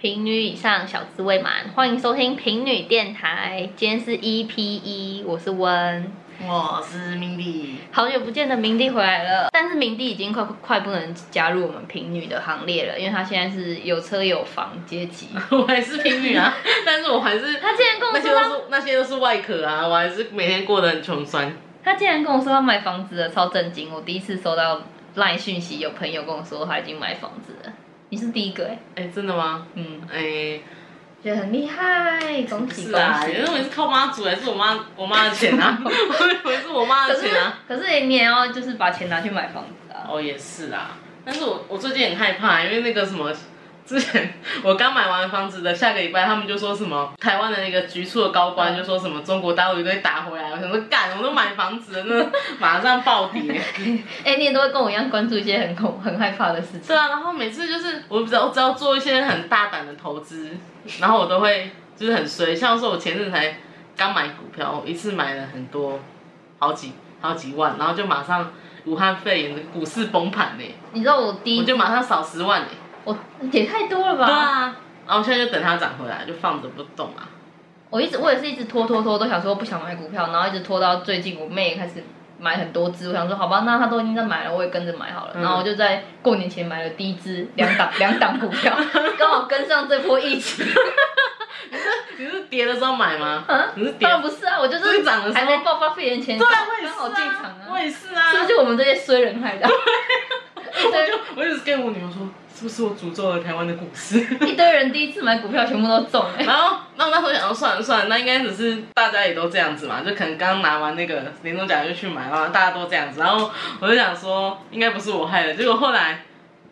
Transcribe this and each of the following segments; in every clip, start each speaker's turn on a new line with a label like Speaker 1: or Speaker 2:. Speaker 1: 平女以上小滋味满，欢迎收听平女电台。今天是 EP 一，我是温，
Speaker 2: 我是 Mindy，
Speaker 1: 好久不见的明帝回来了，但是明帝已经快快不能加入我们平女的行列了，因为他现在是有车有房阶 级。
Speaker 2: 我还是平女啊， 但是我还是
Speaker 1: 他竟然跟我
Speaker 2: 那些
Speaker 1: 说他，
Speaker 2: 都是那些都是外壳啊，我还是每天过得很穷酸。
Speaker 1: 他竟然跟我说他买房子了，超震惊！我第一次收到赖讯息，有朋友跟我说他已经买房子了，你是第一个哎、
Speaker 2: 哎、真的吗？
Speaker 1: 嗯，
Speaker 2: 哎、
Speaker 1: 觉得很厉害，恭喜
Speaker 2: 是
Speaker 1: 恭
Speaker 2: 啊，
Speaker 1: 喜
Speaker 2: 因！为我是靠妈煮，还是我妈我妈的钱 啊？我是我妈
Speaker 1: 可
Speaker 2: 的
Speaker 1: 是
Speaker 2: 钱啊。
Speaker 1: 可是你也要就是把钱拿去买房子啊。
Speaker 2: 哦，也是啊，但是我我最近很害怕，因为那个什么。之前我刚买完房子的下个礼拜，他们就说什么台湾的那个局处的高官就说什么中国大陆一堆打回来，我想说干，我都买房子了，那马上暴跌。
Speaker 1: 哎、你也都会跟我一样关注一些很恐、很害怕的事情。
Speaker 2: 对啊，然后每次就是我只要我只要做一些很大胆的投资，然后我都会就是很衰。像是我前阵子才刚买股票，我一次买了很多，好几好几万，然后就马上武汉肺炎的股市崩盘呢、
Speaker 1: 你知道我第
Speaker 2: 我
Speaker 1: 一，
Speaker 2: 就马上少十万呢、
Speaker 1: 我也太多了吧？
Speaker 2: 对啊，然后现在就等它涨回来，就放着不动啊。
Speaker 1: 我一直我也是一直拖拖拖，都想说不想买股票，然后一直拖到最近，我妹也开始买很多只，我想说好吧，那她都已经在买了，我也跟着买好了。
Speaker 2: 嗯
Speaker 1: 然后我就在过年前买了第一只两档两档股票，刚好跟上这波疫 情。
Speaker 2: 你是跌的时候买吗？
Speaker 1: 啊
Speaker 2: 你是跌
Speaker 1: 当？然不是啊，我就
Speaker 2: 最
Speaker 1: 是
Speaker 2: 涨的时
Speaker 1: 还
Speaker 2: 候
Speaker 1: 没爆发肺炎前，
Speaker 2: 对啊，我也
Speaker 1: 刚
Speaker 2: 是
Speaker 1: 好进场啊，
Speaker 2: 我也是啊。
Speaker 1: 是不是我们这些衰人害的？一
Speaker 2: 我啊
Speaker 1: 堆
Speaker 2: 就我一直跟我女儿说，是不是我诅咒了台湾的股市？
Speaker 1: 一堆人第一次买股票，全部都中哎、
Speaker 2: 然后，那我那时候想说，算了算了，那应该只是大家也都这样子嘛，就可能刚拿完那个年终奖就去买，然后大家都这样子。然后我就想说，应该不是我害的。结果后来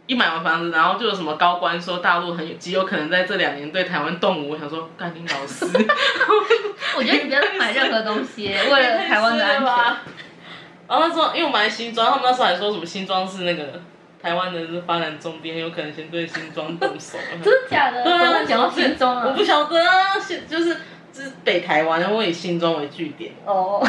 Speaker 2: 一买完房子，然后就有什么高官说大陆很有极有可能在这两年对台湾动武，我想说，干你老 师，
Speaker 1: 我觉得你不要再买任何东西、欸，为了台湾的 安
Speaker 2: 太衰了
Speaker 1: 全
Speaker 2: 吧。。然后那时候因为我买新庄，他们那时候还说什么新庄是那个台湾的是发展重点，很有可能先对新庄动手。
Speaker 1: 真的假的？
Speaker 2: 对
Speaker 1: 怎么
Speaker 2: 啊，
Speaker 1: 会讲到心中
Speaker 2: 我
Speaker 1: 啊
Speaker 2: 不？晓得啊，是就是就是北台湾，然后我以新庄为据点。
Speaker 1: 哦，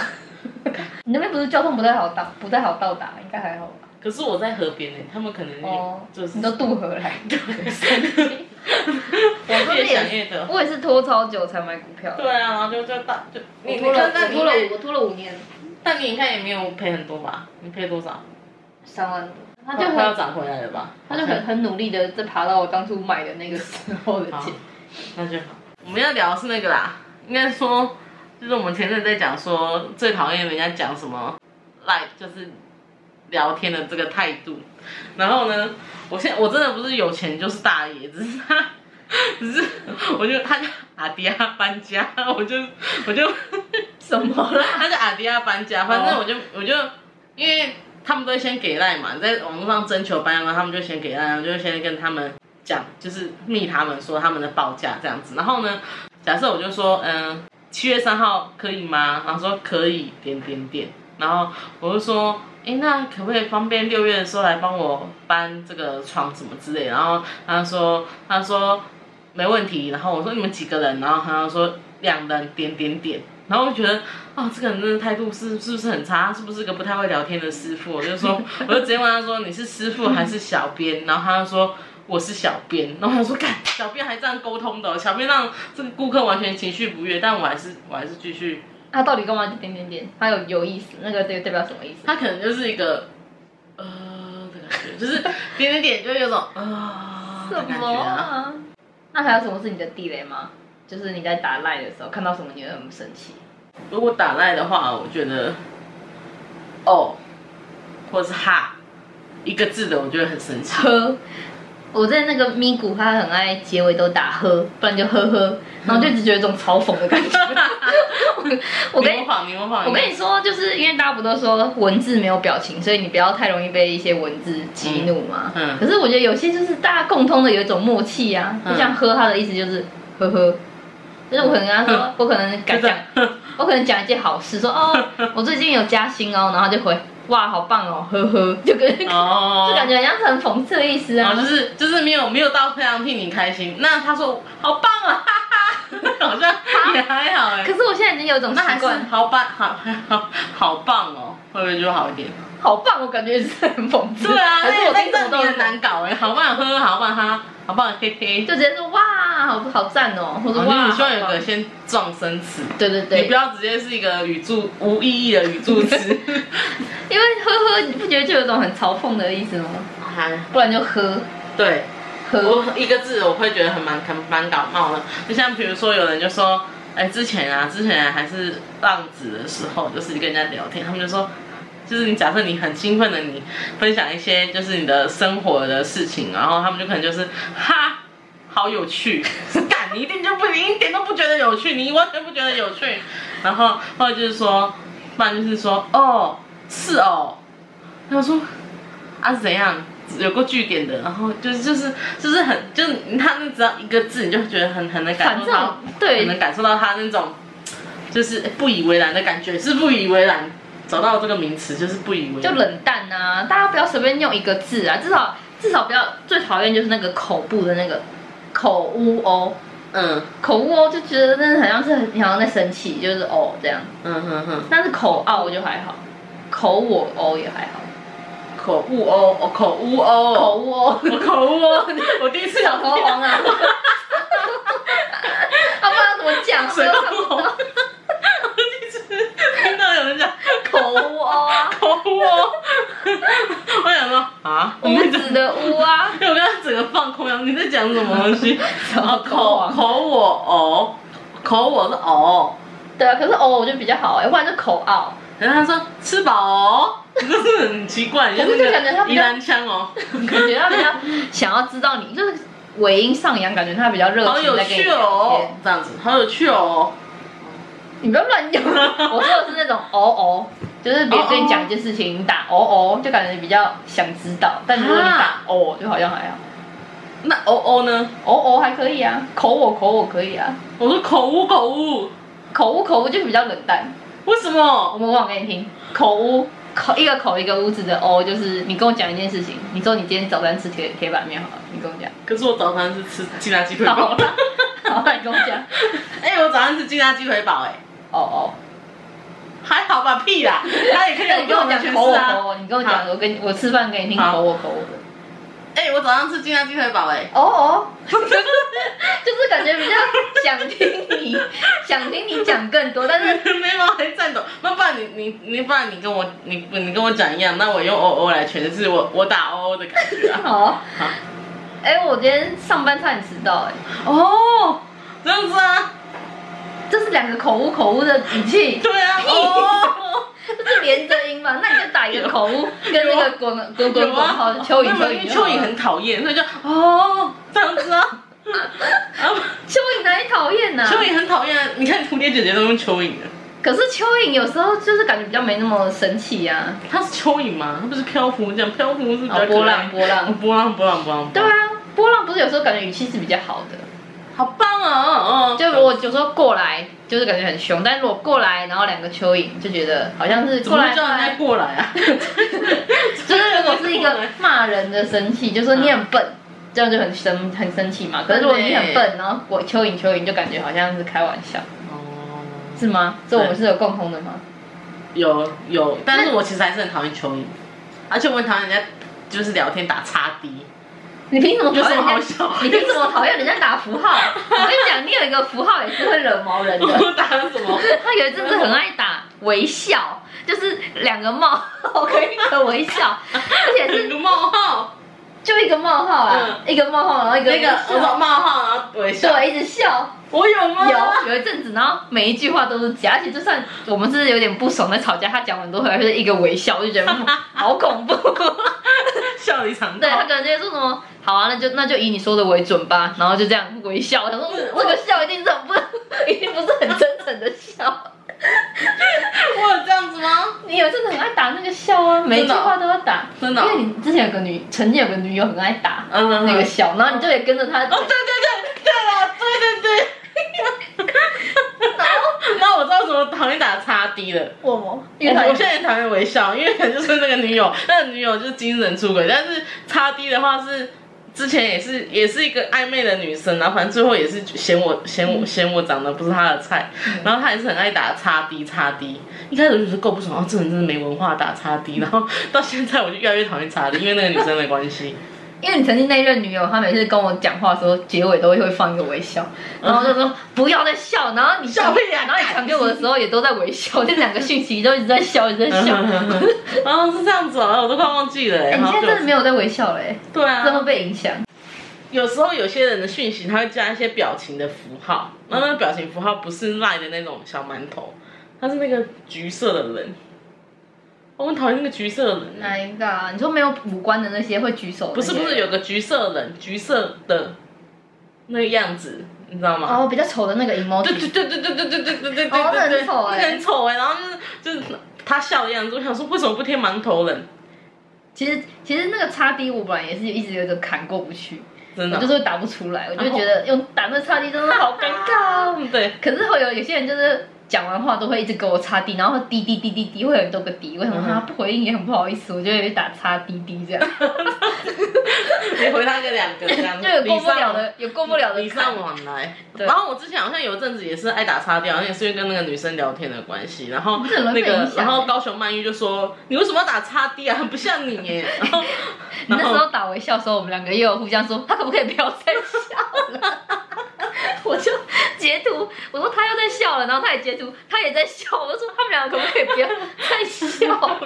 Speaker 1: 你那边不是交通不太好到，不太好到达，应该还好吧？
Speaker 2: 可是我在河边呢、他们可能
Speaker 1: 哦
Speaker 2: 也就是、
Speaker 1: 你都渡河来，
Speaker 2: 我
Speaker 1: 真的
Speaker 2: 越
Speaker 1: 也
Speaker 2: 想
Speaker 1: 是
Speaker 2: 越得。
Speaker 1: 我也是拖超久才买股票的，
Speaker 2: 对啊，然后就就大就你
Speaker 1: 我
Speaker 2: 你
Speaker 1: 拖了
Speaker 2: 看，但
Speaker 1: 我
Speaker 2: 你
Speaker 1: 拖了
Speaker 2: 看
Speaker 1: 我拖了五年，
Speaker 2: 但你看也没有赔很多吧？你赔多少？
Speaker 1: 三万多，他
Speaker 2: 它
Speaker 1: 就
Speaker 2: 它要
Speaker 1: 很
Speaker 2: 涨回来了吧？
Speaker 1: 他就很很努力的在爬到我当初买的那个时候的
Speaker 2: 好
Speaker 1: 钱。
Speaker 2: 那就好。我们要聊的是那个啦，应该说就是我们前阵在讲说最讨厌人家讲什么 live 就是聊天的这个态度。然后呢，我现在我真的不是有钱就是大爷，只是他。 只是，我就他叫阿迪亚搬家，我就我就
Speaker 1: 什么啦？
Speaker 2: 他是阿迪亚搬家，反正我就、我就因为他们都会先给赖嘛，在网络上征求搬家，他们就先给赖，我就先跟他们讲，就是密他们说他们的报价这样子。然后呢，假设我就说，嗯、七月三号可以吗？然后说可以，点点点。然后我就说，哎，那可不可以方便六月的时候来帮我搬这个床什么之类的？然后他说，他说没问题。然后我说你们几个人？然后他就说两人，点点点。然后我就觉得，哦，这个人真的态度是是不是很差？是不是个不太会聊天的师傅？我就说，我就直接问他说，你是师傅还是小编？然后他就说我是小编。然后我就说，干，小编还这样沟通的哦、小编让这个顾客完全情绪不悦，但我还是我还是继续。
Speaker 1: 他到底干嘛？点点点，他有有意思，那个代代表什么意思？
Speaker 2: 他可能就是一个，呃的感觉，就是点点点，就有种啊、呃、的
Speaker 1: 什
Speaker 2: 感
Speaker 1: 么、
Speaker 2: 觉啊。
Speaker 1: 啊？那还有什么是你的地雷吗？就是你在打赖的时候看到什么你会很生气？
Speaker 2: 如果打赖的话，我觉得哦，或是哈，一个字的，我就会很生气。
Speaker 1: 呵，我在那个咪咕，他很爱结尾都打呵，不然就呵呵，然后就一直觉得有种嘲讽的感觉。 我
Speaker 2: 你
Speaker 1: 跟
Speaker 2: 模仿，你模仿，
Speaker 1: 我跟你说，就是因为大家不都说文字没有表情，所以你不要太容易被一些文字激怒嘛。
Speaker 2: 嗯嗯
Speaker 1: 可是我觉得有些就是大家共通的有一种默契啊，
Speaker 2: 嗯
Speaker 1: 就像呵，他的意思就是呵呵。就是我可能跟他说
Speaker 2: 嗯，
Speaker 1: 我可能敢讲，我可能讲一件好事，说哦， 我最近有加薪哦，然后他就回哇，好棒哦，呵呵，就跟
Speaker 2: 哦，
Speaker 1: 就感觉好像是很讽刺的意思
Speaker 2: 然后
Speaker 1: 啊
Speaker 2: 就。是就是没有没有到非常替你开心。那他说好棒啊， 哈哈，好像也还好哎、
Speaker 1: 可是我现在已经有一种
Speaker 2: 那
Speaker 1: 习
Speaker 2: 还是
Speaker 1: 惯，
Speaker 2: 好棒，好好好棒哦，会不会就好一点？
Speaker 1: 好棒，我感觉是很讽刺。
Speaker 2: 对啊，
Speaker 1: 可是我
Speaker 2: 那
Speaker 1: 听
Speaker 2: 这
Speaker 1: 不懂
Speaker 2: 样你很难搞哎、好棒呵，好棒哈，好棒嘿嘿。
Speaker 1: 就直接说哇，哇，好好赞哦，或者
Speaker 2: 哦
Speaker 1: 哇，
Speaker 2: 你希望有
Speaker 1: 好
Speaker 2: 个
Speaker 1: 棒
Speaker 2: 先撞生词，
Speaker 1: 对对
Speaker 2: 你
Speaker 1: 对
Speaker 2: 不，要直接是一个语助无意义的语助词。
Speaker 1: 因为呵呵，你不觉得就有种很嘲讽的意思吗？
Speaker 2: 还
Speaker 1: 不然就呵
Speaker 2: 对，
Speaker 1: 呵，
Speaker 2: 我一个字我会觉得很蛮很蛮感冒的。就像比如说有人就说，哎、之前啊，之前还是浪子的时候，就是跟人家聊天，他们就说，就是你假设你很兴奋的，你分享一些就是你的生活的事情，然后他们就可能就是哈。好有趣， 干你一定就不，你一点都不觉得有趣，你完全不觉得有趣。然后后来就是说，不然就是说，哦，是哦。他说，啊是怎样，有过据点的，然后就是就是就是很就是他那只要一个字，你就觉得很很能感
Speaker 1: 反
Speaker 2: 受
Speaker 1: 正
Speaker 2: 到，很能
Speaker 1: 对
Speaker 2: 感受到他那种就是不以为然的感觉，是不以为然。找到这个名词就是不以为
Speaker 1: 就
Speaker 2: 然，
Speaker 1: 冷淡啊，大家不要随便用一个字啊，至少至少不要最讨厌就是那个口部的那个口乌哦，
Speaker 2: 嗯
Speaker 1: 口乌哦就觉得真的好像是很你好像在生气，就是哦这样，
Speaker 2: 嗯哼哼，
Speaker 1: 但是口傲就还好，口我哦也还好，
Speaker 2: 口误哦，哦口误哦，
Speaker 1: 口乌哦。
Speaker 2: 我口误哦，我第一次想
Speaker 1: 小
Speaker 2: 哦
Speaker 1: 头 红啊，啊，不然怎么讲？
Speaker 2: 水
Speaker 1: 都看
Speaker 2: 口
Speaker 1: 不
Speaker 2: 红，
Speaker 1: 懂
Speaker 2: 我第一次听到有人讲
Speaker 1: 口乌哦啊，
Speaker 2: 口误哦，我想说啊，我
Speaker 1: 屋
Speaker 2: 们
Speaker 1: 子的屋啊，
Speaker 2: 因为我刚刚整个放空了，你在讲什么 东西？
Speaker 1: 什么
Speaker 2: 哦口口我哦，口我是哦，
Speaker 1: 对啊，可是哦，我觉得比较好哎、不然就口傲，
Speaker 2: 然后他说吃饱哦，这是很奇怪，
Speaker 1: 可是就感觉他比较
Speaker 2: 宜兰腔哦，
Speaker 1: 感觉他比较想要知道你，就是尾音上扬，感觉他比较热
Speaker 2: 好
Speaker 1: 情
Speaker 2: 有
Speaker 1: 在跟你
Speaker 2: 趣
Speaker 1: 聊
Speaker 2: 哦
Speaker 1: 天。，
Speaker 2: 这样子好有趣哦，
Speaker 1: 你不要乱 用，我说的是那种哦哦，就是别人跟你讲一件事情，你打哦哦，就感觉比较想知道，但如果你
Speaker 2: 啊
Speaker 1: 打哦，就好像还好。
Speaker 2: 那哦哦呢？
Speaker 1: 哦哦还可以啊，口我口我可以啊，
Speaker 2: 我说口误口误，
Speaker 1: 口误啊口误就比较冷淡。
Speaker 2: 为什
Speaker 1: 我
Speaker 2: 么？
Speaker 1: 模仿给你听，口屋口一个口一个屋子的哦，就是你跟我讲一件事情，你说你今天早餐吃铁铁板面好了，你跟我讲，
Speaker 2: 可是我早餐是吃鸡蛋鸡腿
Speaker 1: 好
Speaker 2: 堡，
Speaker 1: 了，好了，你跟我讲，
Speaker 2: 哎，我早上吃鸡蛋鸡腿堡，哎，
Speaker 1: 哦哦，
Speaker 2: 还好吧，屁啦，他也可以
Speaker 1: 那
Speaker 2: 有
Speaker 1: 你跟
Speaker 2: 不
Speaker 1: 我
Speaker 2: 同的
Speaker 1: 讲
Speaker 2: 诠
Speaker 1: 口
Speaker 2: 释
Speaker 1: 我
Speaker 2: 啊
Speaker 1: 口。我，你跟我讲，我跟你我吃饭给你听
Speaker 2: 好
Speaker 1: 口我口我的，
Speaker 2: 哎，我早上吃鸡蛋鸡腿堡， 哎，
Speaker 1: 哦哦，就是感觉比较想听你 想听你讲更多，但 是
Speaker 2: 眉毛还颤抖。那不然你你你不然你跟我你你跟我讲一样，那我用哦哦来诠释我我打哦哦的感觉 啊。
Speaker 1: 好
Speaker 2: 好，
Speaker 1: 哎、我今天上班差点迟到、哎，
Speaker 2: 哦，这样子啊，
Speaker 1: 这是两个口误口误的语 气。
Speaker 2: 对啊， 哦，
Speaker 1: 就是连着音嘛，那你就打一个口 误，跟那个滚滚滚滚
Speaker 2: 有啊
Speaker 1: 好，蚯蚓
Speaker 2: 那
Speaker 1: 蚯
Speaker 2: 么
Speaker 1: 蚓
Speaker 2: 因为
Speaker 1: 就好了
Speaker 2: 蚯蚓很讨厌，所以就哦这 样子啊。然后
Speaker 1: 蚯蚓哪里讨厌呐？
Speaker 2: 蚯蚓很讨厌啊，你看蝴蝶姐姐都用蚯蚓的，
Speaker 1: 可是蚯蚓有时候就是感觉比较没那么啊神奇呀，
Speaker 2: 它是蚯蚓吗？它不是漂浮，这样漂浮是比较
Speaker 1: 哦波浪
Speaker 2: 可
Speaker 1: 波
Speaker 2: 爱
Speaker 1: 浪，
Speaker 2: 波浪波浪波浪，
Speaker 1: 对，啊，波浪不是有时候感觉语气是比较好的，
Speaker 2: 好棒哦哦，
Speaker 1: 就如果有时候过来就是感觉很凶，但如果过来然后两个蚯蚓就觉得好像是
Speaker 2: 怎
Speaker 1: 过
Speaker 2: 么
Speaker 1: 来
Speaker 2: 会叫人家过来 啊？
Speaker 1: 就是如果是一个骂人的生气，就说你很
Speaker 2: 嗯
Speaker 1: 笨。这样就很生很生气嘛，可是如果你很笨，然后我蚯蚓蚯蚓就感觉好像是开玩笑，
Speaker 2: 哦。
Speaker 1: 是吗？这我们是有共通的吗？
Speaker 2: 有有，但是我其实还是很讨厌蚯蚓，而且我很讨厌人家就是聊天打 叉 D，
Speaker 1: 你凭什么
Speaker 2: 有
Speaker 1: 讨
Speaker 2: 什
Speaker 1: 厌
Speaker 2: 么好
Speaker 1: 人家？
Speaker 2: 笑？
Speaker 1: 你凭什么讨厌人家打符号？我跟你 讲，你有一个符号也是会惹毛人的。
Speaker 2: 我打了什么？
Speaker 1: 他有一阵子很爱打微笑，就是两个 冒号跟一个微笑， 而且
Speaker 2: 一
Speaker 1: 是
Speaker 2: 个冒号，
Speaker 1: 就一个冒号啊，一个冒号，然后一个
Speaker 2: 那个我说
Speaker 1: 笑
Speaker 2: 冒号，然后微笑，
Speaker 1: 对，一直笑。
Speaker 2: 我有吗？
Speaker 1: 有有一阵子，然后每一句话都是假，而且就算我们是有点不爽在吵架，他讲完都回来就是一个微笑，我就觉得 嗯好恐怖。
Speaker 2: 笑里藏刀
Speaker 1: 对。他可能就说什么，好啊，那就那就以你说的为准吧，然后就这样微笑。我想说，嗯这个笑一定是很不， 一定不是很真诚的笑。
Speaker 2: 我有这样子吗？
Speaker 1: 你有真的很爱打那个笑啊，每一句话都要打，
Speaker 2: 真的哦
Speaker 1: 因为你之前有个女，曾经有个女友很爱打
Speaker 2: 嗯嗯
Speaker 1: 那个笑，然后你就也跟着她，
Speaker 2: 哦，对对对对啦，对对 对。那我知道为什么讨厌打叉 D 了。
Speaker 1: 我吗？因为她
Speaker 2: 我现在也讨厌微笑，因为可能就是那个女友，那个女友就是精神出轨，但是差 D 的话是之前也是也是一个暧昧的女生，然后反正最后也是嫌我嫌
Speaker 1: 嗯
Speaker 2: 我嫌我长得不是她的菜，然后她也是很爱打叉 D 叉 D，一开始我就觉得够不爽，哦，这人真的没文化打叉 D，然后到现在我就越来越讨厌叉 D，因为那个女生的关系，
Speaker 1: 因为你曾经那一任女友，她每次跟我讲话的时候，结尾都会放一个微笑，然后就说不要再嗯笑，然后你
Speaker 2: 笑屁啊
Speaker 1: 然后你传给我的时候也都在微笑，这两个讯息都一直在笑，一直在笑。
Speaker 2: 然后是这样子哦，我都快忘记了。
Speaker 1: 哎、
Speaker 2: 然
Speaker 1: 你
Speaker 2: 后
Speaker 1: 现在
Speaker 2: 就
Speaker 1: 真的没有在微笑嘞、
Speaker 2: 对啊，
Speaker 1: 真的被影响。
Speaker 2: 有时候有些人的讯息，他会加一些表情的符号，那那个表情符号不是赖的那种小馒头，它是那个橘色的人。我很讨厌那个橘色的人啊，
Speaker 1: 哪一个啊？你说没有五官的那些会举手的
Speaker 2: 不
Speaker 1: 那些
Speaker 2: 是
Speaker 1: 人？
Speaker 2: 不是有个橘色人，橘色的那个样子，你知道吗？
Speaker 1: 哦，比较丑的那个 emoji。
Speaker 2: 对对对对对对对对对对对，
Speaker 1: 哦那很
Speaker 2: 对
Speaker 1: 丑欸
Speaker 2: 那个很丑哎，然后就是就是他笑的样子，我想说为什么不贴馒头人？
Speaker 1: 其实其实那个叉 D 我本来也是一直有一个坎过不去，
Speaker 2: 真
Speaker 1: 我
Speaker 2: 的
Speaker 1: 就是会打不出来，我就觉得用打那叉 D 真的好尴尬哦。
Speaker 2: 嗯对，
Speaker 1: 可是会有有些人就是讲完话都会一直给我叉 D，然后滴滴滴滴滴会有很多个滴，为什么
Speaker 2: 嗯哼
Speaker 1: 他不回应也很不好意思，我就会打叉滴滴这样，
Speaker 2: 你回他个两个这 样，
Speaker 1: 就有过不
Speaker 2: 礼
Speaker 1: 了
Speaker 2: 尚
Speaker 1: 的有过不了的
Speaker 2: 礼
Speaker 1: 坎
Speaker 2: 尚。往来。
Speaker 1: 对嗯
Speaker 2: 然后我之前好像有一阵子也是爱打叉掉，好像也是因为跟那个女生聊天的关系。然后
Speaker 1: 你很容易被
Speaker 2: 那
Speaker 1: 影
Speaker 2: 个，
Speaker 1: 响
Speaker 2: 然后高雄曼玉就说：“你为什么要打叉 D 啊？很不像你 耶。”然后，
Speaker 1: 那
Speaker 2: 然
Speaker 1: 时
Speaker 2: 后
Speaker 1: 候打微笑的时候，我们两个又有互相说，他可不可以不要再笑了？我就截图，我说他又在笑了，然后他也截图，他也在笑，我就说他们两个可不可以不要再笑了？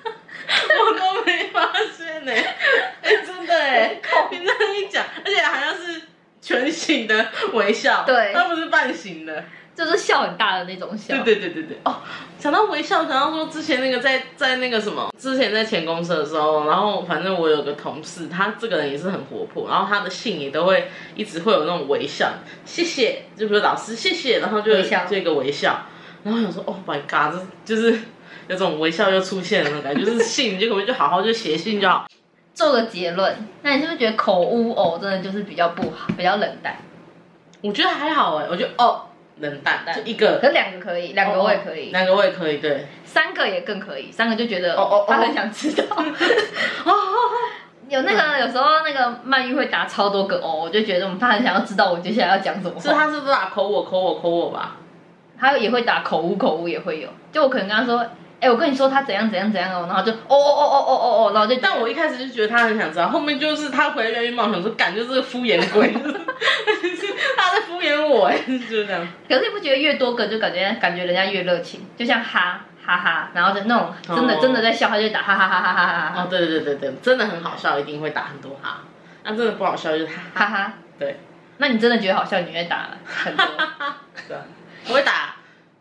Speaker 2: 我都没发现呢。 哎，真的哎，你这样一讲，而且好像是全醒的微笑，
Speaker 1: 对
Speaker 2: 它不是半醒的。
Speaker 1: 就是笑很大的那种笑
Speaker 2: 对。对对对对哦，想到微笑，想到说之前那个在在那个什么，之前在前公司的时候，然后反正我有个同事，他这个人也是很活泼，然后他的信也都会一直会有那种微笑，谢谢，就比如老师谢谢，然后就
Speaker 1: 微笑
Speaker 2: 这个微笑，然后我想说，Oh my god，这就是有种微笑又出现了那种感觉，就是信，就可能就好好就写信就好。
Speaker 1: 做个结论，那你是不是觉得口污偶真的就是比较不好，比较冷淡？
Speaker 2: 我觉得还好哎，我觉得哦冷淡，就一个
Speaker 1: 可是两个可以，
Speaker 2: 哦
Speaker 1: 两个我也可以，
Speaker 2: 两个我也可以，对。
Speaker 1: 三个也更可以，三个就觉得
Speaker 2: 哦哦哦
Speaker 1: 他很想知 道。有那个有时候那个曼玉会打超多个哦，我就觉得嗯他很想要知道我接下来要讲什么
Speaker 2: 是
Speaker 1: 话。
Speaker 2: 他是不是打口我口我口我吧？
Speaker 1: 他也会打口误口误也会有，就我可能跟他说，哎、我跟你说他怎样怎样怎样哦，然后就哦哦哦哦哦哦哦，然后就
Speaker 2: 但我一开始就觉得他很想知道，后面就是他回来越来越冒险，说感就是 个敷衍鬼，就是他在敷衍我， 哎，就是这样。
Speaker 1: 可是你不觉得越多个就感觉感觉人家越热情，就像哈哈哈，然后就那种
Speaker 2: 哦
Speaker 1: 真的、真的在笑，他就打哈哈哈哈哈哈哈
Speaker 2: 哦，对对对对对，真的很好笑，一定会打很多哈。那真的不好笑就是哈
Speaker 1: 哈
Speaker 2: 哈，
Speaker 1: 哈，
Speaker 2: 对，
Speaker 1: 那你真的觉得好笑，你会打很 多，
Speaker 2: 对啊，我会打，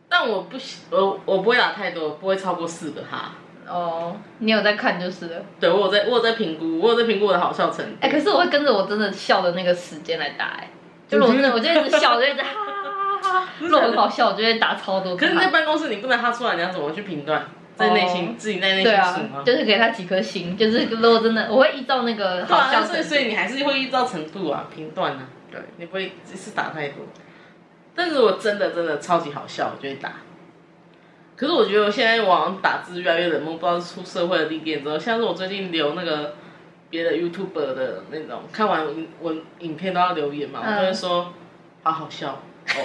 Speaker 2: 但我不喜我我不会打太多，不会超过四个哈。
Speaker 1: 哦，你有在看就是了，
Speaker 2: 对我有在我有在评估，我有在评估我的好笑程度。
Speaker 1: 哎、可是我会跟着我真的笑的那个时间来打、哎，就是我真的我就一直笑，我 就一直哈哈哈哈，如果很好笑，我就会打超多个哈。
Speaker 2: 啊可是你在办公室你不能哈出来，你要怎么去评断？在内心、
Speaker 1: 哦
Speaker 2: 自己在内心
Speaker 1: 对
Speaker 2: 数
Speaker 1: 啊
Speaker 2: 吗，？
Speaker 1: 就是给他几颗星，就是如果真的，我会依照那个
Speaker 2: 对
Speaker 1: 好
Speaker 2: 啊，
Speaker 1: 笑
Speaker 2: 所
Speaker 1: 程
Speaker 2: 以所以
Speaker 1: 度。
Speaker 2: 你还是会依照程度啊评断啊，
Speaker 1: 对，
Speaker 2: 你不会一次打太多。但是我真的真的超级好笑，我就会打。可是我觉得我现在网打字越来越冷漠，不知道是出社会的历练之后，像是我最近留那个别的 YouTuber 的那种，看完影我影片都要留言嘛，
Speaker 1: 嗯
Speaker 2: 我就会说好好笑哦，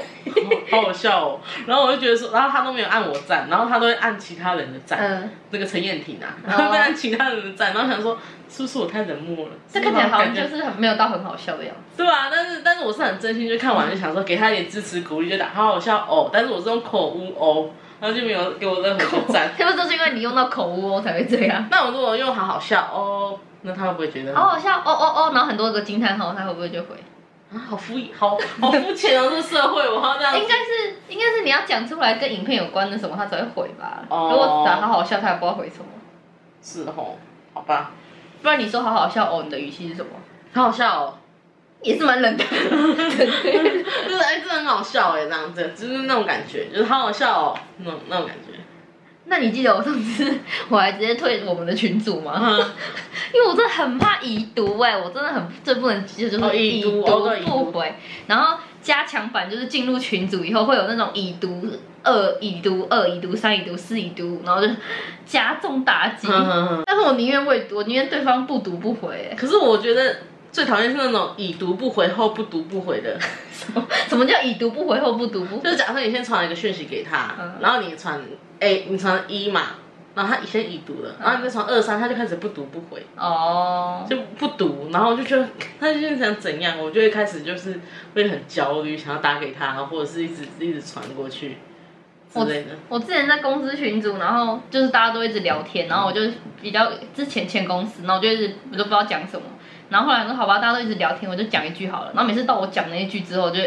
Speaker 2: 好好笑哦，然后我就觉得说，然后他都没有按我赞，然后他都会按其他人的赞，
Speaker 1: 嗯，
Speaker 2: 那个陈燕婷啊，
Speaker 1: 哦
Speaker 2: 然后被他其他人的赞，然后想说是不是我太冷漠了？
Speaker 1: 这看起来好像
Speaker 2: 是
Speaker 1: 就
Speaker 2: 不是
Speaker 1: 是很没有到很好笑的样子。
Speaker 2: 对啊，但是但是我是很真心，就看完就想说给他一点支持鼓励，就打好好笑哦。但是我是用口误哦，然后就没有给我任何的 赞。
Speaker 1: 是不是都是因为你用到口误哦才会这样？
Speaker 2: 那我如果用好好笑哦，那他会不会觉得
Speaker 1: 好好笑哦哦哦，然后很多个惊叹号，他会不会就回？
Speaker 2: 啊好敷衍，好好肤浅哦，这个社会我要这样
Speaker 1: 应该是应该是你要讲出来跟影片有关的什么，他才会回吧。
Speaker 2: 哦
Speaker 1: 如果打好好笑，他也不知道回什么。
Speaker 2: 是哦，好吧，
Speaker 1: 不然你说好好笑哦，你的语气是什么？
Speaker 2: 好好笑哦，
Speaker 1: 也是蛮冷 淡的。
Speaker 2: 就是哎，这很好笑哎，这样子就是那种感觉，就是好好笑哦，那种那种感觉。
Speaker 1: 那你记得我上次我还直接退我们的群组吗？
Speaker 2: 嗯，
Speaker 1: 因为我真的很怕已读哎、我真的很这不能接受，就
Speaker 2: 哦
Speaker 1: 是
Speaker 2: 已
Speaker 1: 已
Speaker 2: 读
Speaker 1: 读
Speaker 2: 哦对已
Speaker 1: 不
Speaker 2: 读
Speaker 1: 回。然后加强版就是进入群组以后会有那种已读二、已读二、已读三、已读四、已读五，然后就加重打击。
Speaker 2: 嗯嗯嗯
Speaker 1: 但是我宁愿未读，我宁愿对方不读不回、 欸。
Speaker 2: 可是我觉得最讨厌是那种已读不回后不读不回的，
Speaker 1: 什么叫已读不回后不读不
Speaker 2: 就
Speaker 1: 回？
Speaker 2: 是假设你先传了一个讯息给他，
Speaker 1: 嗯
Speaker 2: 然后你传 A，你传一嘛，然后他先已读了，然后你再从二三他就开始不读不回，
Speaker 1: 哦，
Speaker 2: 就不读，然后我就觉得他现在想怎样，我就会开始就是会很焦虑，想要打给他，或者是一直一直传过去之
Speaker 1: 我
Speaker 2: 类的。
Speaker 1: 我之前在公司群组，然后就是大家都一直聊天，然后我就比较之前前公司，然后我就一直我都不知道讲什么，然后后来说好吧，大家都一直聊天，我就讲一句好了，然后每次到我讲那一句之后，我就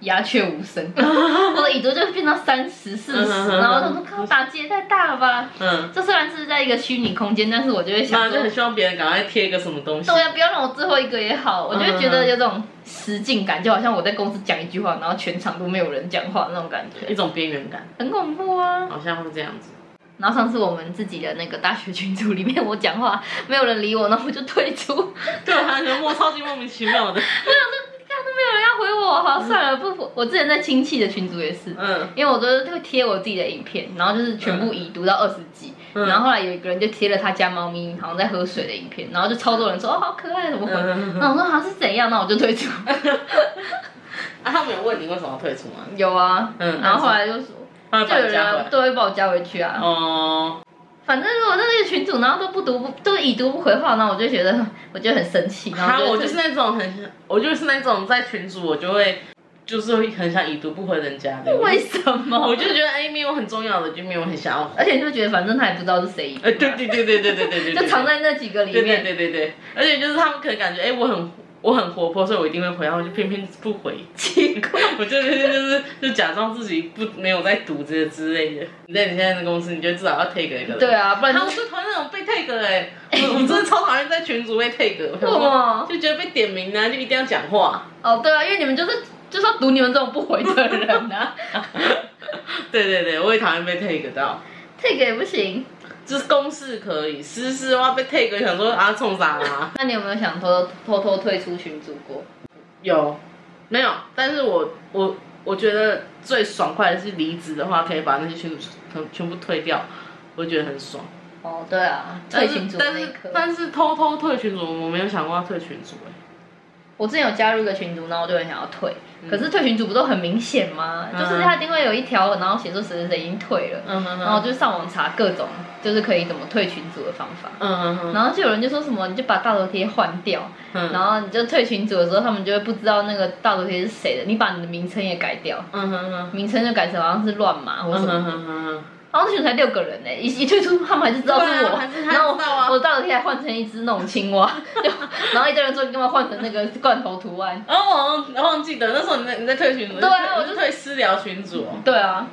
Speaker 1: 鸦雀无 声，我的已读就变到三十、四
Speaker 2: 嗯嗯嗯
Speaker 1: 十，
Speaker 2: 嗯
Speaker 1: 然后我就说靠，打击也太大了吧？
Speaker 2: 嗯，
Speaker 1: 这虽然是在一个虚拟空间，但是我就会
Speaker 2: 妈
Speaker 1: 想
Speaker 2: 就
Speaker 1: 说
Speaker 2: 很，希望别人赶快贴一个什么东西
Speaker 1: 对。呀，啊不要让我最后一个也好，我就会觉
Speaker 2: 嗯嗯
Speaker 1: 得
Speaker 2: 嗯
Speaker 1: 有种实境感，就好像我在公司讲一句话，然后全场都没有人讲话那种感觉，
Speaker 2: 一种边缘感，
Speaker 1: 很恐怖啊。
Speaker 2: 好像会这样子。
Speaker 1: 然后上次我们自己的那个大学群组里面，我讲话没有人理我，然后我就退出， 看
Speaker 2: 对，他觉得莫超级莫名其妙的。
Speaker 1: 都没有人要回我，好算了，不，我之前在亲戚的群组也是，
Speaker 2: 嗯，
Speaker 1: 因为我都是会贴我自己的影片，然后就是全部已读到二十几，
Speaker 2: 嗯
Speaker 1: 然后后来有一个人就贴了他家猫咪好像在喝水的影片，然后就超多人说哦好可爱，怎么回？
Speaker 2: 嗯
Speaker 1: 那我说好像是怎样，那我就退出。
Speaker 2: 啊，他没有问你为什么要退出吗？
Speaker 1: 有啊，
Speaker 2: 嗯
Speaker 1: 然后后来就说，
Speaker 2: 他会
Speaker 1: 就
Speaker 2: 把
Speaker 1: 有
Speaker 2: 你加回
Speaker 1: 人
Speaker 2: 来。
Speaker 1: 都会把我加回去啊。
Speaker 2: 哦，
Speaker 1: 反正如果在那个群组，然后都不读不都已读不回话，那我就觉得 我就很生气。然
Speaker 2: 他
Speaker 1: 后
Speaker 2: 我
Speaker 1: 就
Speaker 2: 就是那种很，我就是那种在群主我就会，就是会很想已读不回人家 的。
Speaker 1: 为什
Speaker 2: 我
Speaker 1: 么？
Speaker 2: 就觉得 A 没有很重要的，就没有很想要回。
Speaker 1: 而且就觉得反正他也不知道是谁已读
Speaker 2: 哎，对对对对对对对对，对
Speaker 1: 就藏在那几个里
Speaker 2: 对对
Speaker 1: 面，
Speaker 2: 对对对，而且就是他们可能感觉，哎，我很我很活泼，所以我一定会回，然后我就偏偏不回。
Speaker 1: 奇怪。
Speaker 2: 我就天天就是就假装自己不没有在读这之类的。你在你现在的公司，你就至少要 take 一个 人。
Speaker 1: 对啊，不然
Speaker 2: 然后
Speaker 1: 就
Speaker 2: 我最讨厌那种被 take 的哎、我我真的超讨厌在群组 被 take，我想
Speaker 1: 为什么
Speaker 2: 说就觉得被点名啊，就一定要讲话。
Speaker 1: 哦对啊，因为你们就是就是要读你们这种不回的人 啊，
Speaker 2: 对对对，我也讨厌被 take 到，
Speaker 1: 这个也不行。
Speaker 2: 就是公事可以，私事的话被 take，想说啊冲啥啦？
Speaker 1: 那你有没有想偷偷偷退出群组过？
Speaker 2: 有，没有？但是我我我觉得最爽快的是离职的话，可以把那些群组全全部退掉，我觉得很爽。
Speaker 1: 哦，对啊，退
Speaker 2: 但是
Speaker 1: 群组的
Speaker 2: 但
Speaker 1: 那一
Speaker 2: 是
Speaker 1: 刻，
Speaker 2: 但是偷偷退群组，我没有想过要退群组哎、
Speaker 1: 我之前有加入一个群组，然后我就很想要退，可是退群组不都很明显吗？
Speaker 2: 嗯
Speaker 1: 就是他一定会有一条，然后写说谁谁谁已经退了，
Speaker 2: 嗯哼
Speaker 1: 然后我就上网查各种就是可以怎么退群组的方法。
Speaker 2: 嗯哼
Speaker 1: 然后就有人就说什么，你就把大头贴换掉，
Speaker 2: 嗯
Speaker 1: 然后你就退群组的时候，他们就会不知道那个大头贴是谁的，你把你的名称也改掉，
Speaker 2: 嗯哼哼
Speaker 1: 名称就改成好像是乱码或什
Speaker 2: 嗯
Speaker 1: 么。
Speaker 2: 哼哼哼，
Speaker 1: 然后那群才六个人呢、一一退出他们还是知道是
Speaker 2: 对
Speaker 1: 我，
Speaker 2: 啊还是他
Speaker 1: 然后
Speaker 2: 知道啊
Speaker 1: 我我大头贴还换成一只那种青蛙，就然后一堆人说你干嘛换成那个罐头图案？
Speaker 2: 然后我好像忘记得那时候你在你在退群组，
Speaker 1: 对啊
Speaker 2: 你
Speaker 1: 我就
Speaker 2: 你退私聊群组哦，
Speaker 1: 对啊，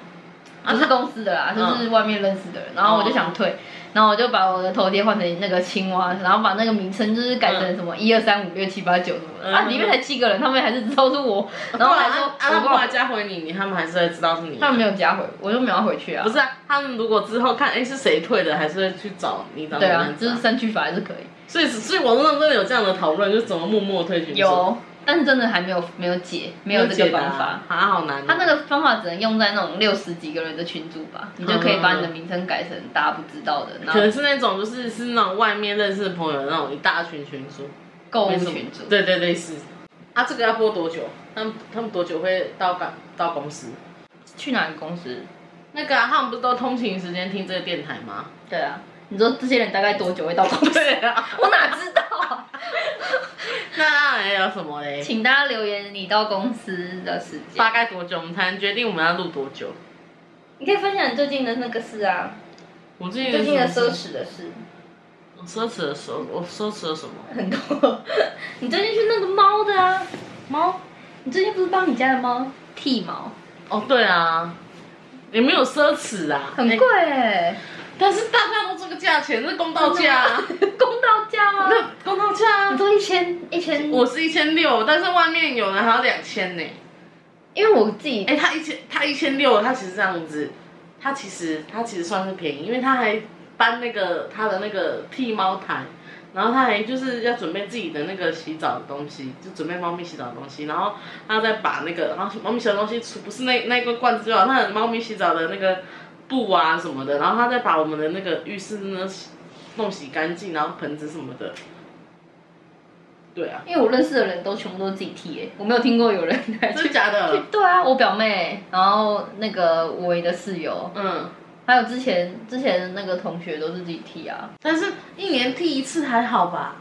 Speaker 2: 啊
Speaker 1: 不是公司的啦，
Speaker 2: 嗯哦
Speaker 1: 就是外面认识的人。然后我就想退，然后我就把我的头贴换成那个青蛙，然后把那个名称就是改成什么一二三五六七八九什么的。
Speaker 2: 嗯
Speaker 1: 啊，里面才七个人，他们还是知道是我，然后还说
Speaker 2: 啊，他
Speaker 1: 我
Speaker 2: 们后
Speaker 1: 忘
Speaker 2: 来
Speaker 1: 了
Speaker 2: 加回你，你他们还是会知道是你。
Speaker 1: 他们没有加回，我就没有要回去啊
Speaker 2: 不。是啊，他们如果之后看哎是谁退的，还是会去找你找你
Speaker 1: 对啊
Speaker 2: 认，识
Speaker 1: 就是删去法还是可以，
Speaker 2: 所以所以网络上真的有这样的讨论，就是怎么默默退群组，
Speaker 1: 有，但是真的还没有没有解，没
Speaker 2: 没
Speaker 1: 有这
Speaker 2: 解
Speaker 1: 个
Speaker 2: 答
Speaker 1: 方法。
Speaker 2: 啊，好难哦。
Speaker 1: 他那个方法只能用在那种六十几个人的群组吧，你就可以把你的名称改成大家不知道的，然
Speaker 2: 可
Speaker 1: 后
Speaker 2: 能是那种就是是那种外面认识的朋友那种一大群群组，
Speaker 1: 购物
Speaker 2: 没什么
Speaker 1: 哦群组。
Speaker 2: 对对类似。啊，这个要播多久？他们他们多久会到港到公司？
Speaker 1: 去哪个公司？
Speaker 2: 那个、啊、他们不是都通勤时间听这个电台 吗？
Speaker 1: 对啊，你说这些人大概多久会到公司？
Speaker 2: 对啊。
Speaker 1: 我哪知道啊？
Speaker 2: 那那还有什么 嘞？
Speaker 1: 请大家留言你到公司的时间。
Speaker 2: 大概多久我们才能决定我们要录多久？
Speaker 1: 你可以分享你最近的那个事啊，
Speaker 2: 我最近
Speaker 1: 最近的
Speaker 2: 什么
Speaker 1: 奢侈的事
Speaker 2: 我奢侈的时候，我奢侈了什么？
Speaker 1: 很多。 你最近去那个猫的啊？
Speaker 2: 猫？
Speaker 1: 你最近不是帮你家的猫剃毛，
Speaker 2: 哦，对啊，也没有奢侈啊，
Speaker 1: 很
Speaker 2: 哎
Speaker 1: 贵哎、
Speaker 2: 但是大家都这个价钱，是公道价啊，
Speaker 1: 公道价吗？
Speaker 2: 那公道价啊
Speaker 1: 你。说一千一千，
Speaker 2: 我是一千六，但是外面有人还要两千呢。
Speaker 1: 因为我自己
Speaker 2: 哎、他一千，他一千六，他其实这样子，他其实他其实算是便宜，因为他还搬那个他的那个剃猫台，然后他还就是要准备自己的那个洗澡的东西，就准备猫咪洗澡的东西，然后他再把那个，然后猫咪洗澡的东西除不是那那个罐子就好，他的猫咪洗澡的那个布啊什么的，然后他再把我们的那个浴室呢洗弄洗干净，然后盆子什么的，对啊，
Speaker 1: 因为我认识的人都全部都是自己剃、欸，我没有听过有人来
Speaker 2: 真的
Speaker 1: 去。
Speaker 2: 假的？
Speaker 1: 对啊，我表妹，然后那个我的室友，
Speaker 2: 嗯。
Speaker 1: 还还有之前之前那个同学都是自己剃啊，
Speaker 2: 但是一年剃一次还好吧？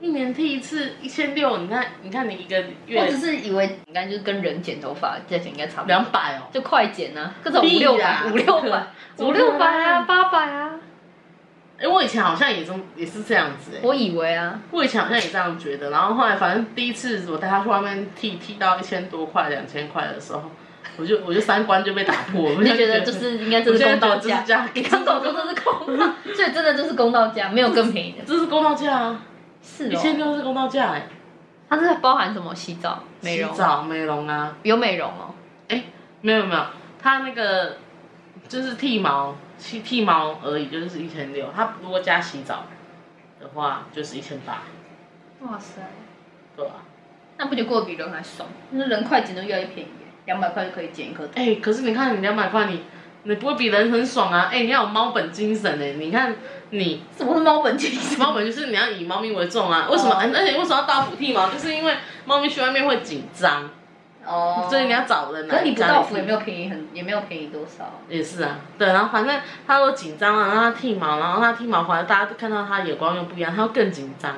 Speaker 2: 一年剃一次一千六，你看，你看你一个
Speaker 1: 我只
Speaker 2: 月
Speaker 1: 是以为应该就是跟人剪头发价钱应该差不多，
Speaker 2: 两百哦，
Speaker 1: 就快剪啊，各种五
Speaker 2: 屁
Speaker 1: 六
Speaker 2: 啦
Speaker 1: 百、 五六百、
Speaker 2: 怎么
Speaker 1: 五六百啊、
Speaker 2: 办
Speaker 1: 八百啊，
Speaker 2: 哎、我以前好像也这么也是这样子、哎，
Speaker 1: 我以为啊，
Speaker 2: 我以前好像也这样觉得，然后后来反正第一次我带他去外面剃，剃到一千多块、两千块的时候，我就我就三观就被打破， 我
Speaker 1: 我就觉得就是应该这
Speaker 2: 我
Speaker 1: 是
Speaker 2: 现在
Speaker 1: 公
Speaker 2: 觉
Speaker 1: 道
Speaker 2: 得这
Speaker 1: 价
Speaker 2: 是，价，
Speaker 1: 你刚跟我说这是公 道，所以真的就是公道价，没有更便宜的。
Speaker 2: 这是公道价啊，
Speaker 1: 是
Speaker 2: 一千
Speaker 1: 哦，
Speaker 2: 六是公道价哎、
Speaker 1: 它是包含什么洗澡、美容
Speaker 2: 洗、澡美容啊，
Speaker 1: 有美容哦，
Speaker 2: 没有没有，他那个就是剃毛，剃剃毛而已，就是一千六。他如果加洗澡的话，就是一千八，
Speaker 1: 哇塞，
Speaker 2: 对吧、
Speaker 1: 那不就过得比人还爽？那人快剪都越来越便宜耶，两百块就可以剪一颗头。
Speaker 2: 哎、可是你看你两百块，你你不会比人很爽啊？哎、你要有猫本精神哎、你看你
Speaker 1: 什么是猫本精神？
Speaker 2: 猫本就是你要以猫咪为重啊。为什么？
Speaker 1: 哦
Speaker 2: 而且为什么要到府剃毛？就是因为猫咪去外面会紧张，
Speaker 1: 哦，
Speaker 2: 所以你要找人
Speaker 1: 可
Speaker 2: 来
Speaker 1: 是你不
Speaker 2: 家
Speaker 1: 到
Speaker 2: 里
Speaker 1: 府也
Speaker 2: 剃
Speaker 1: 没有便宜很，也没有便宜多少。
Speaker 2: 也是啊，对，然后反正他都紧张了，然后他剃毛，然后他剃毛回来，大家都看到他眼光又不一样，他又更紧张，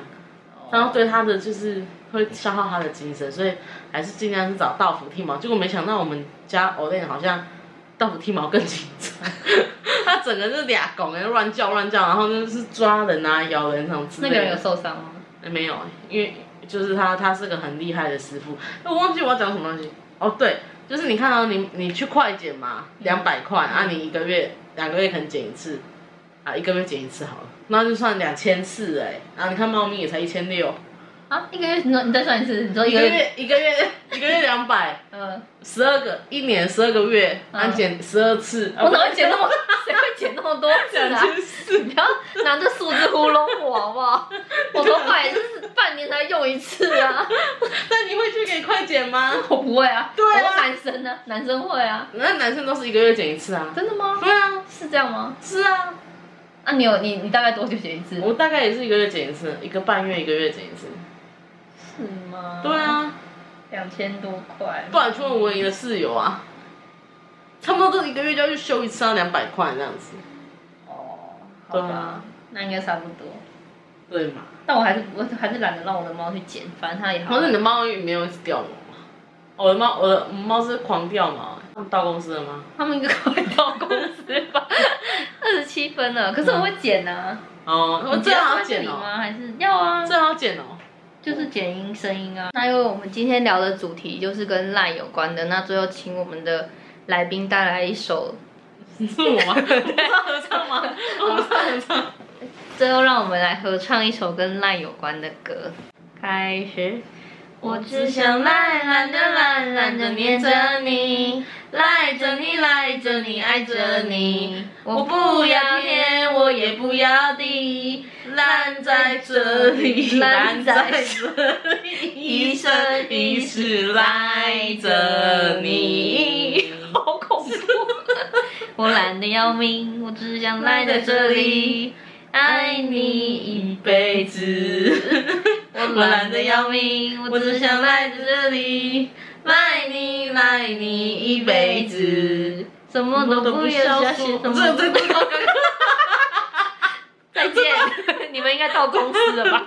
Speaker 1: 哦
Speaker 2: 然后对他的就是会消耗他的精神，所以还是尽量是找道夫剃毛。结果没想到我们家 o l e 好像道夫剃毛更紧张，他整个就是俩拱，乱叫乱叫，然后就是抓人啊、咬人那种之
Speaker 1: 那
Speaker 2: 类
Speaker 1: 个
Speaker 2: 的。
Speaker 1: 人有受伤吗？
Speaker 2: 哎没有，因为就是他，他是个很厉害的师傅。哎我忘记我要讲什么东西。哦，对，就是你看到、你你去快剪嘛，
Speaker 1: 嗯
Speaker 2: 两百块啊，你一个月两个月可能剪一次，啊，一个月剪一次好了，那就算两千四哎，然后你看猫咪也才一千六，
Speaker 1: 啊，一个月，你说你再算一次，你说
Speaker 2: 一
Speaker 1: 一
Speaker 2: 个
Speaker 1: 个月，
Speaker 2: 月一个 月一个月两百，
Speaker 1: 嗯，
Speaker 2: 十二个一年十二个月，啊，
Speaker 1: 嗯
Speaker 2: 剪十二次，
Speaker 1: 我哪会剪那么， 谁会剪那么多次
Speaker 2: 两
Speaker 1: 啊？
Speaker 2: 千四？
Speaker 1: 你不要拿这数字糊弄我好不好？我头发也是半年才用一次啊，
Speaker 2: 那你会去给快剪吗？
Speaker 1: 我不会啊，
Speaker 2: 对啊
Speaker 1: 我男生呢、男生会啊，
Speaker 2: 那男生都是一个月剪一次啊？
Speaker 1: 真的吗？
Speaker 2: 对啊，
Speaker 1: 是这样吗？
Speaker 2: 是啊，
Speaker 1: 啊，你有你你大概多久剪一次？
Speaker 2: 我大概也是一个月剪一次，一个半月一个月剪一次。
Speaker 1: 是吗？
Speaker 2: 对，啊，
Speaker 1: 两千多块，
Speaker 2: 不然去问文怡的室友啊，差不多都一个月就要去修一次，要啊两百块这样子，
Speaker 1: 哦，好
Speaker 2: 对
Speaker 1: 吧，
Speaker 2: 啊
Speaker 1: 那应该差不多。
Speaker 2: 对嘛？
Speaker 1: 但我还是我还是懒得让我的猫去剪，反正它也好
Speaker 2: 可。是你的猫也没有一直掉毛啊，我的猫我的猫是狂掉毛、欸，他们到公司了吗？
Speaker 1: 他们应该快到公司吧？ 二十七分了，可是我会剪啊。
Speaker 2: 哦，我
Speaker 1: 你
Speaker 2: 最好
Speaker 1: 要
Speaker 2: 剪
Speaker 1: 你
Speaker 2: 哦、
Speaker 1: 吗？还是要啊？
Speaker 2: 最好 剪哦、
Speaker 1: 就是剪音声音啊。那因为我们今天聊的主题就是跟赖有关的，那最后请我们的来宾带来一首，
Speaker 2: 是我吗？对，合唱吗？ 合唱合唱。
Speaker 1: 最后让我们来合唱一首跟赖有关的歌。开始。我只想懒懒的懒懒的黏着你，
Speaker 2: 赖着你，赖着你，爱着你。我不要天，我也不要地，烂在这里，
Speaker 1: 烂在
Speaker 2: 这里，
Speaker 1: 一
Speaker 2: 一
Speaker 1: 生
Speaker 2: 生
Speaker 1: 一
Speaker 2: 一
Speaker 1: 世
Speaker 2: 世
Speaker 1: 赖
Speaker 2: 赖
Speaker 1: 着
Speaker 2: 着
Speaker 1: 你
Speaker 2: 你。
Speaker 1: 好恐怖！我懒得要命，我只想赖在这里，爱你一辈子。我懒得要 命，我只想赖在这里，
Speaker 2: 赖你赖你一
Speaker 1: 一
Speaker 2: 辈
Speaker 1: 辈
Speaker 2: 子，
Speaker 1: 子，什么都不要相信，什么
Speaker 2: 这
Speaker 1: 都
Speaker 2: 这
Speaker 1: 不
Speaker 2: 这
Speaker 1: 再见，你们应该到公司了吧？